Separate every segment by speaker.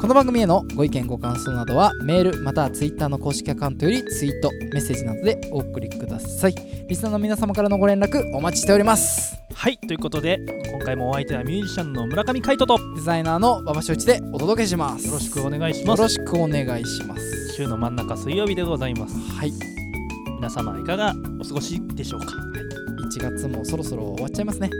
Speaker 1: この番組へのご意見ご感想などはメールまたはツイッターの公式アカウントよりツイートメッセージなどでお送りくださいリスナーの皆様からのご連絡お待ちしております
Speaker 2: はいということで今回もお相手はミュージシャンの村上海人とよ
Speaker 1: デザイナーの馬場翔一でお届けします
Speaker 2: ろしくお
Speaker 1: い
Speaker 2: 願いします
Speaker 1: よろしくお願いします
Speaker 2: 週の真ん中水曜日でございます
Speaker 1: はい
Speaker 2: 皆様いかがお過ごしでしょうか
Speaker 1: 1月もそろそろ終わっちゃいますね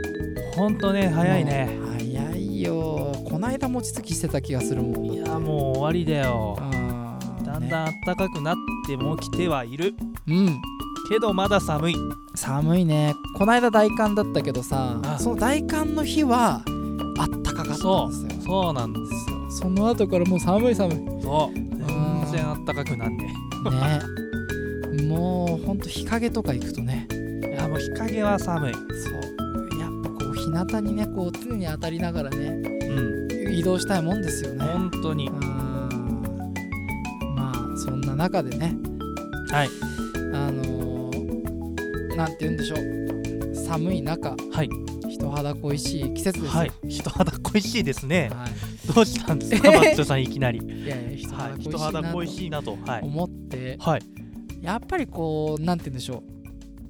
Speaker 2: ほんとね早いね
Speaker 1: もう早いよこないだ餅つきしてた気がするもん
Speaker 2: いやもう終わりだよ
Speaker 1: あー
Speaker 2: だん
Speaker 1: ね
Speaker 2: だん暖かくなってもきてはいる
Speaker 1: うん
Speaker 2: けどまだ寒い
Speaker 1: 寒いねこないだ大寒だったけど
Speaker 2: あ
Speaker 1: さその大寒の日はあったかかったんですよ
Speaker 2: そうなんで
Speaker 1: その後からもう寒い寒いね
Speaker 2: すそう全然暖かくなんね
Speaker 1: もうほんと日陰とか行くとね
Speaker 2: いやもう日陰は寒い
Speaker 1: そうやっぱこう日向にねこう常に当たりながらね
Speaker 2: うん
Speaker 1: 移動したいもんですよね
Speaker 2: 本当に
Speaker 1: うんまあそんな中でね
Speaker 2: はい
Speaker 1: あのーなんて言うんでしょう寒い中
Speaker 2: はい
Speaker 1: 人肌恋しい季節ですよ
Speaker 2: はい人肌恋しいですね
Speaker 1: は
Speaker 2: どうしたんですか
Speaker 1: え
Speaker 2: マッチョさんいきなり
Speaker 1: い、いやいや人
Speaker 2: はい人肌
Speaker 1: 肌恋
Speaker 2: 恋
Speaker 1: しい
Speaker 2: しいなとは
Speaker 1: なと
Speaker 2: い
Speaker 1: 思って、
Speaker 2: はい
Speaker 1: やっぱりこうなんて言うんでしょう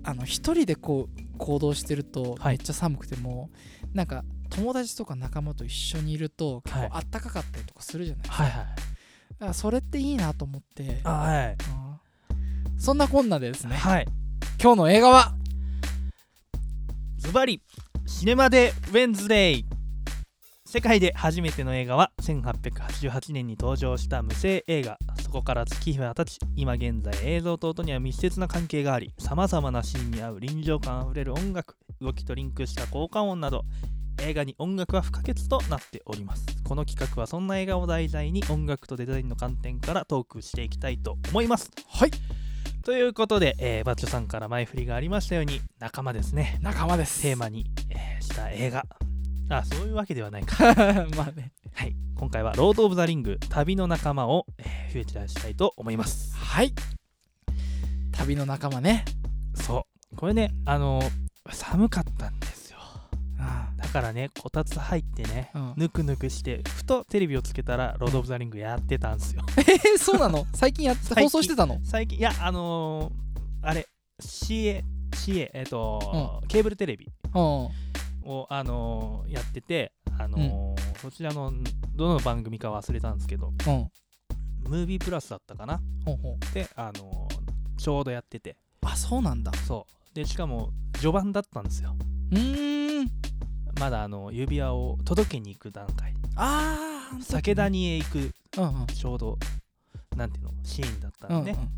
Speaker 1: あの一人でこう行動してると
Speaker 2: はい
Speaker 1: めっちゃ寒くても、なんか友達とか仲間と一緒にいると結
Speaker 2: は
Speaker 1: 構
Speaker 2: い
Speaker 1: あったかかったりとかするじゃない、
Speaker 2: はいはい
Speaker 1: だからそれっていいなと思って
Speaker 2: あはい
Speaker 1: うんそんなこんなでですね
Speaker 2: はい
Speaker 1: 今日の映画は
Speaker 2: ズバリシネマでウェンズデイ世界で初めての映画は1888年に登場した無声映画そこから月日は経ち今現在映像と音には密接な関係がありさまざまなシーンに合う臨場感あふれる音楽動きとリンクした効果音など映画に音楽は不可欠となっておりますこの企画はそんな映画を題材に音楽とデザインの観点からトークしていきたいと思います
Speaker 1: はい
Speaker 2: ということで、えーバッチョさんから前振りがありましたように仲間ですね
Speaker 1: 仲間です
Speaker 2: テーマに、えーした映画あそういうわけではないか
Speaker 1: まあね
Speaker 2: はい今回は「ロード・オブ・ザ・リング旅の仲間を」えー、フューチャーしたいと思います
Speaker 1: はい旅の仲間ね
Speaker 2: そうこれねあの寒かったんですよ
Speaker 1: あ
Speaker 2: だからねこたつ入ってね、
Speaker 1: うん
Speaker 2: ぬくぬくしてふとテレビをつけたら「ロード・オブ・ザ・リング」やってたんですよ
Speaker 1: え そうなの最近やっ
Speaker 2: 最近
Speaker 1: 放送してたの
Speaker 2: 最近いやあのーあれ CA CA えっ、と、ケーブルテレビ
Speaker 1: うん
Speaker 2: を、あのーやっててあのーそちらのどの番組か忘れたんですけど
Speaker 1: うん
Speaker 2: ムービープラスだったかな
Speaker 1: ほうほう
Speaker 2: で、あのーちょうどやってて
Speaker 1: あそうなんだ
Speaker 2: そうでしかも序盤だったんですよ
Speaker 1: うーん
Speaker 2: まだあの指輪を届けに行く段階
Speaker 1: あー
Speaker 2: 酒谷へ行く
Speaker 1: うんうん
Speaker 2: ちょうどなんていうのシーンだった
Speaker 1: うん
Speaker 2: んでね、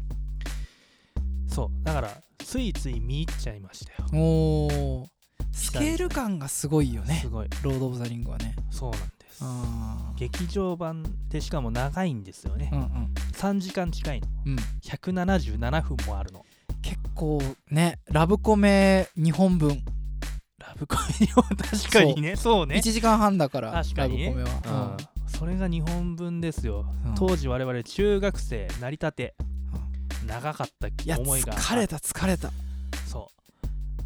Speaker 2: そうだからついつい見入っちゃいましたよ、
Speaker 1: うんおースケール感がすごいよね
Speaker 2: すごい
Speaker 1: ロード・オブ・ザ・リングはね
Speaker 2: そうなんです
Speaker 1: あ
Speaker 2: 劇場版でしかも長いんですよね、
Speaker 1: うんうん
Speaker 2: 3時間近いの
Speaker 1: うん
Speaker 2: 177分もあるの
Speaker 1: 結構ねラブコメ2本分
Speaker 2: ラブコメを確かにねそうね
Speaker 1: 1時間半だから
Speaker 2: 確かにね
Speaker 1: ラブコメは
Speaker 2: うんそれが日本文ですよ、
Speaker 1: うん
Speaker 2: 当時我々中学生なりたて、長かった
Speaker 1: いや
Speaker 2: 思いが
Speaker 1: 疲れた疲れた
Speaker 2: そ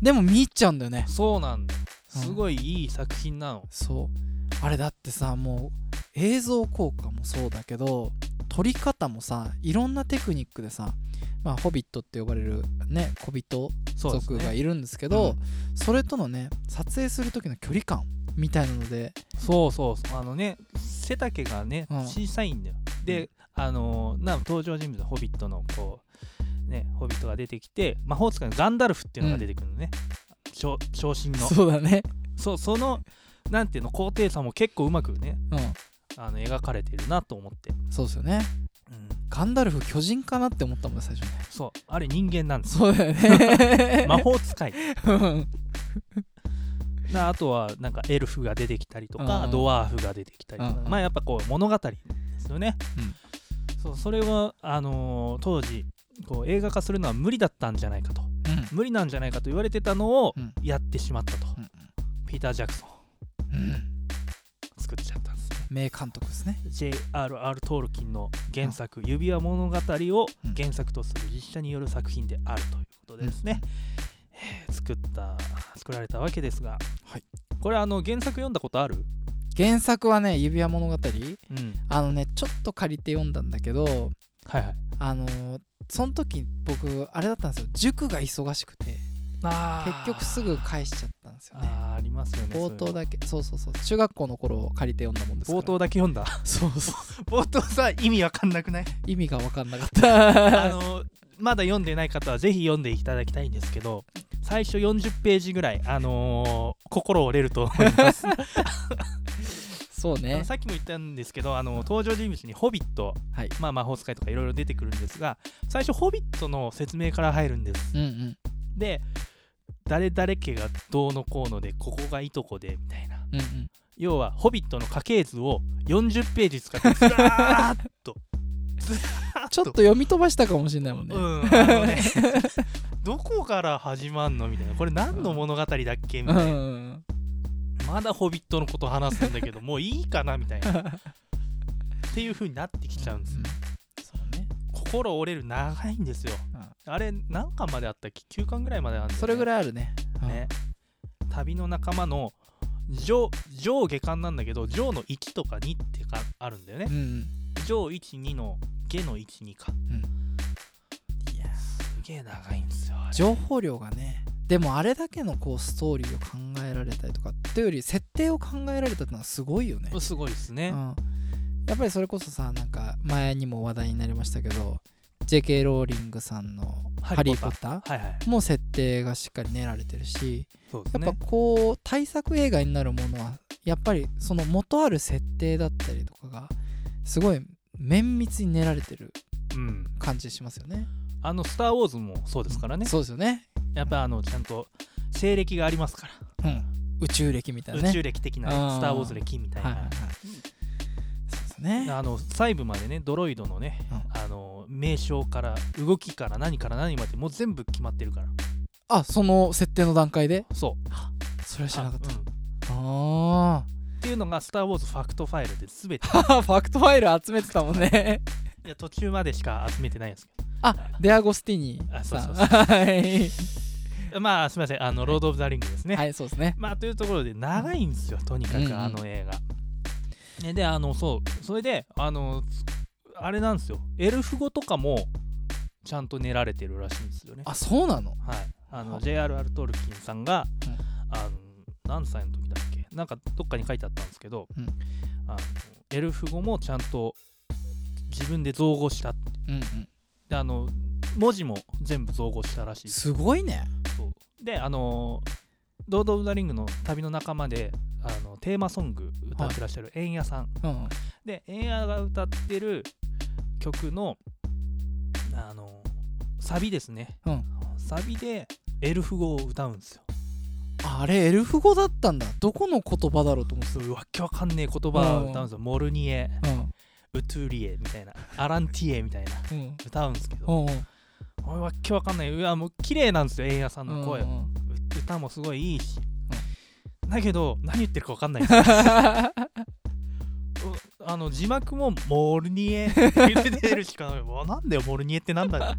Speaker 1: でも見入っちゃうんだよね
Speaker 2: うそうなんだよ
Speaker 1: うん
Speaker 2: すごいいい作品なの、
Speaker 1: そうあれだってさもう映像効果もそうだけど撮り方もさいろんなテクニックでさ「まあ、ホビット」って呼ばれるね小人
Speaker 2: そうです
Speaker 1: 族
Speaker 2: ね
Speaker 1: がいるんですけどそれとのね撮影する時の距離感みたいなので
Speaker 2: そうそうそうあのね背丈がね
Speaker 1: うん
Speaker 2: 小さいんだよ、であのーな登場人物ホビットのこうねホビットが出てきて魔法使いのガンダルフっていうのが出てくるのね、長長身の
Speaker 1: そうだね、
Speaker 2: そうそのなんていうの高低差も結構うまくね
Speaker 1: うん、
Speaker 2: あの描かれてるなと思って、
Speaker 1: そうですよね
Speaker 2: うん、
Speaker 1: ガンダルフ巨人かなって思ったもんね最初ね
Speaker 2: そうあれ人間なん ですよ
Speaker 1: そうだよね
Speaker 2: 魔法使い
Speaker 1: うん
Speaker 2: なあとはなんかエルフが出てきたりとか、
Speaker 1: うん
Speaker 2: ドワーフが出てきたりとか、
Speaker 1: うん
Speaker 2: まあやっぱこう物語ですよね、そうそれはあのー当時こう映画化するのは無理だったんじゃないかと
Speaker 1: うん
Speaker 2: 無理なんじゃないかと言われてたのを
Speaker 1: うん
Speaker 2: やってしまったと、
Speaker 1: うん
Speaker 2: ピーター・ジャクソン
Speaker 1: うん
Speaker 2: 作っちゃったんですね
Speaker 1: 名監督ですね
Speaker 2: J.R.R. トールキンの原作「指輪物語」を
Speaker 1: うん
Speaker 2: 原作とする実写による作品であるということでですね、えー作った作られたわけですが、
Speaker 1: はい
Speaker 2: これあの原作読んだことある、
Speaker 1: 原作はね「指輪物語」
Speaker 2: うん、
Speaker 1: あのねちょっと借りて読んだんだけど
Speaker 2: はいはい
Speaker 1: あのーその時僕あれだったんですよ塾が忙しくて結局すぐ返しちゃったんですよね
Speaker 2: あーありますよね
Speaker 1: 冒
Speaker 2: そ
Speaker 1: 頭
Speaker 2: ういう
Speaker 1: だけそうそうそう中学校の頃借りて読んだもんですか
Speaker 2: の
Speaker 1: ら
Speaker 2: 冒頭だけ読ん だ
Speaker 1: そうそう
Speaker 2: 冒頭さ意味わかんなくない
Speaker 1: 意味が分かんなかっ
Speaker 2: あ
Speaker 1: た
Speaker 2: のまだ読んでない方はぜひ読んでいただきたいんですけど最初40ページぐらいあのー心折れると思います
Speaker 1: そう
Speaker 2: あの
Speaker 1: ね
Speaker 2: さっきも言ったんですけどあの登場人物に「ホビット」
Speaker 1: はい
Speaker 2: まあ、魔法使いとかいろいろ出てくるんですが最初「ホビット」の説明から入るんです。
Speaker 1: うんうん
Speaker 2: で誰々家がどうのこうのでここがいとこでみたいな
Speaker 1: うんうん
Speaker 2: 要は「ホビット」の家系図を40ページ使って ずらーっとずらーっ
Speaker 1: ちょっと読み飛ばしたかもしれないもんね、
Speaker 2: うんあのね どこから始まんのみたいなこれ何の物語だっけみ
Speaker 1: う
Speaker 2: たい
Speaker 1: ん
Speaker 2: な
Speaker 1: うん
Speaker 2: まだホビットのこと話すんだけどもういいかなみたい なっていう風になってきちゃうんですよ
Speaker 1: そうね
Speaker 2: 心折れる長いんですよ、
Speaker 1: う
Speaker 2: あれ何巻まであったっけ9巻ぐらいまであるんだよね
Speaker 1: それぐらいあるね
Speaker 2: ね旅の仲間の上上下巻なんだけど上の1とか2ってかあるんだよね
Speaker 1: うん、うん
Speaker 2: 上12の下の12か
Speaker 1: いや
Speaker 2: すげえ長いんですよあれ
Speaker 1: 情報量がねでもあれだけのこうストーリーを考えられたりとかっていうより設定を考えられたってのはすごいよね、
Speaker 2: すごいですね、
Speaker 1: うんやっぱりそれこそさなんか前にも話題になりましたけど JK ローリングさんの「ハ
Speaker 2: ハリ
Speaker 1: リー・
Speaker 2: ー
Speaker 1: ポ
Speaker 2: ポ
Speaker 1: ッター」
Speaker 2: はいはい
Speaker 1: も設定がしっかり練られてるし
Speaker 2: そうです
Speaker 1: やっ
Speaker 2: ね
Speaker 1: ぱこう対策映画になるものはやっぱりその元ある設定だったりとかがすごい綿密に練られてる
Speaker 2: うん
Speaker 1: 感じしますよね。
Speaker 2: あの「スター・ウォーズ」もそうですからね
Speaker 1: そうですよね。
Speaker 2: やっぱあのちゃんと西暦がありますから
Speaker 1: うん、宇宙歴みたいなね。
Speaker 2: 宇宙歴的な
Speaker 1: う
Speaker 2: 「
Speaker 1: ん
Speaker 2: スター・ウォーズ」歴みたい
Speaker 1: はいはい
Speaker 2: な
Speaker 1: はい。そうですね。
Speaker 2: あの細部までねドロイドのね、
Speaker 1: う
Speaker 2: あの名称から動きから何から何までもう全部決まってるから
Speaker 1: あその設定の段階で
Speaker 2: そう
Speaker 1: それは知らなかった。
Speaker 2: あうんっ
Speaker 1: あ
Speaker 2: ていうのが「スター・ウォーズ」ファクトファイルで全て
Speaker 1: あー ファクトファイル集めてたもんね。
Speaker 2: いや途中までしか集めてないんですけ
Speaker 1: あデアゴスティーニ
Speaker 2: あ
Speaker 1: さん。
Speaker 2: そうそう
Speaker 1: はい
Speaker 2: どまあすみませんあの「ロード・オブ・ザ・リング」ですね、
Speaker 1: はい、そうですね。
Speaker 2: まあというところで長いんですよとにか
Speaker 1: うんうん
Speaker 2: くあの映画、ねであのそうそれであのつあれなんですよエルフ語とかもちゃんと練られてるらしいんですよね
Speaker 1: あそうなの
Speaker 2: はい、あの
Speaker 1: は
Speaker 2: JRR トールキンさんが、
Speaker 1: うん
Speaker 2: あの何歳の時だっけなんかどっかに書いてあったんですけど、
Speaker 1: うん
Speaker 2: あのエルフ語もちゃんと自分で造語した
Speaker 1: うんうん。
Speaker 2: であの文字も全部造語したらしいです
Speaker 1: すごいね。
Speaker 2: そうであの「ロード・オブ・ザ・リング」の旅の仲間であのテーマソング歌ってらっしゃる円谷さん、
Speaker 1: うん
Speaker 2: で円谷が歌ってる曲のあのサビですね、
Speaker 1: うん
Speaker 2: サビでエルフ語を歌うんですよ
Speaker 1: あれエルフ語だったんだどこの言葉だろうと思って
Speaker 2: そういうわけわかんねえ言葉を歌うんですよ、モルニエ
Speaker 1: た
Speaker 2: ウトゥーリエみたいなアランティエみたいな
Speaker 1: うんうん
Speaker 2: 歌うんですけど、
Speaker 1: うんうん
Speaker 2: これわけわかんないうわもう綺麗なんですよ映画さんの声、
Speaker 1: うんうん
Speaker 2: う歌もすごいいいし、だけど何言ってるかわかんないんですよ うあの字幕も「モルニエ」って言って出るしかないわなんだよモルニエってなんだよ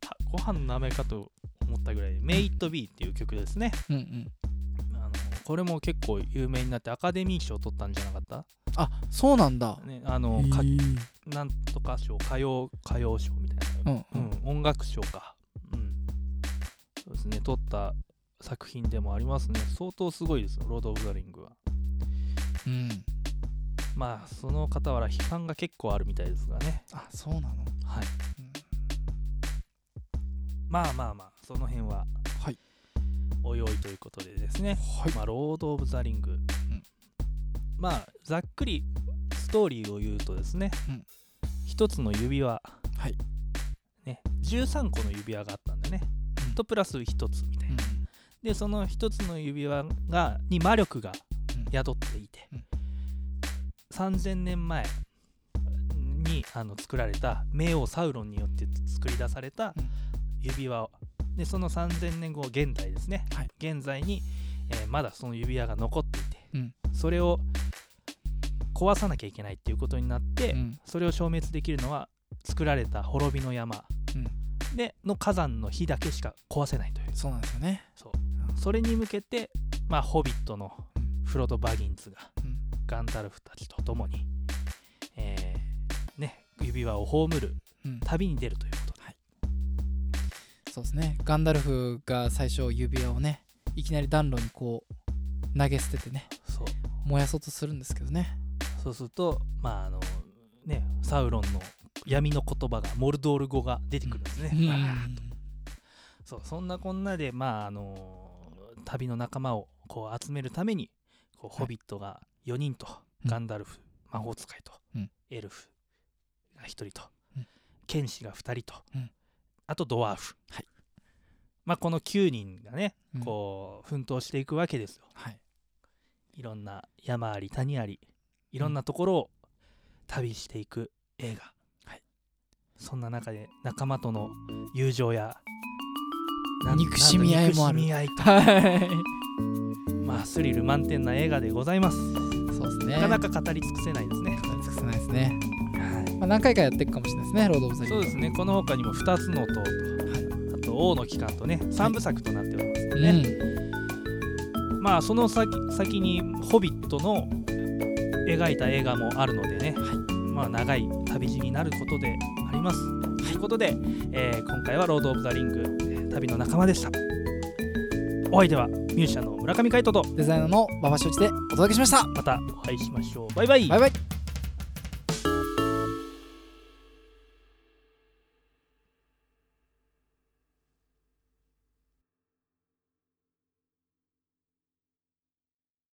Speaker 2: たご飯の名前かと思ったぐらい「メイト・ビー」っていう曲ですね
Speaker 1: うんうん
Speaker 2: あのこれも結構有名になってアカデミー賞取ったんじゃなかった
Speaker 1: あそうなんだ
Speaker 2: ね、あの
Speaker 1: へ
Speaker 2: か
Speaker 1: ー
Speaker 2: なんとか賞歌謡歌謡賞みたいな、
Speaker 1: うん
Speaker 2: うん音楽賞か、うん、そうですね撮った作品でもありますね相当すごいですよロード・オブ・ザ・リングは
Speaker 1: うん
Speaker 2: まあその方は批判が結構あるみたいですがね
Speaker 1: あそうなの
Speaker 2: はい
Speaker 1: うん
Speaker 2: まあまあまあその辺は
Speaker 1: はい
Speaker 2: おいおいということでですね、
Speaker 1: はい
Speaker 2: まあ、ロード・オブ・ザ・リング、
Speaker 1: ん
Speaker 2: まあざっくりストーリーを言うとですね、
Speaker 1: うん
Speaker 2: 一つの指輪、
Speaker 1: はい
Speaker 2: ね、13個の指輪があったんだよね、
Speaker 1: うん
Speaker 2: とプラス一つみたいな、
Speaker 1: うん
Speaker 2: でその一つの指輪がに魔力が宿っていて、
Speaker 1: うん
Speaker 2: 3000年前にあの作られた冥王サウロンによって作り出された
Speaker 1: うん
Speaker 2: 指輪をでその3000年後現代ですね、
Speaker 1: はい
Speaker 2: 現在に、えーまだその指輪が残っていて、
Speaker 1: うん
Speaker 2: それを壊さなきゃいけないっていうことになって、
Speaker 1: うん
Speaker 2: それを消滅できるのは作られた滅びの山、での火山の火だけしか壊せないという
Speaker 1: そうなんですよね。
Speaker 2: そう
Speaker 1: うん
Speaker 2: それに向けて、まあ、ホビットのフロド・バギンズが
Speaker 1: うん
Speaker 2: ガンダルフたちと共に、えーね、指輪を葬る
Speaker 1: うん、
Speaker 2: 旅に出るということで
Speaker 1: そうですねガンダルフが最初指輪をねいきなり暖炉にこう投げ捨ててね
Speaker 2: そう
Speaker 1: 燃やそうとするんですけどね
Speaker 2: そうすると、まああのね、サウロンの闇の言葉がモルドール語が出てくるんですね。
Speaker 1: うん
Speaker 2: わーっとそうそんなこんなで、まああの旅の仲間をこう集めるためにこう、
Speaker 1: はい
Speaker 2: ホビットが4人と、
Speaker 1: うん
Speaker 2: ガンダルフ魔法使いと、
Speaker 1: うん
Speaker 2: エルフが1人と、
Speaker 1: うん
Speaker 2: 剣士が2人と、
Speaker 1: うん
Speaker 2: あとドワーフ、
Speaker 1: はい
Speaker 2: まあ、この9人がね
Speaker 1: うん
Speaker 2: こう奮闘していくわけですよ。
Speaker 1: はい
Speaker 2: いろんな山あり谷ありいろんなところを旅していく映画、
Speaker 1: はい
Speaker 2: そんな中で仲間との友情やなん
Speaker 1: 憎しみ合いもある
Speaker 2: 憎しみ合い
Speaker 1: はい
Speaker 2: まあスリル満点な映画でございます、
Speaker 1: そうですね
Speaker 2: なかなか語り尽くせないですね、
Speaker 1: 語り尽くせないですね、まあ、何回かやっていくかもしれないですねロード・オブ・ザ・リング
Speaker 2: そうですねこの他にも2つの塔と、あと王の帰還とね3部作となっておりますので、ねまあその先先に「ホビット」の描いた映画もあるのでね、まあ、長い旅路になることであります。ということで、えー今回は「ロード・オブ・ザ・リングえー」旅の仲間でした。お相手はミュージシャンの村上海人と
Speaker 1: うん、デザイナーの馬場所一でお届けしました
Speaker 2: またお会いしましょう。バイバイ
Speaker 1: バイバイ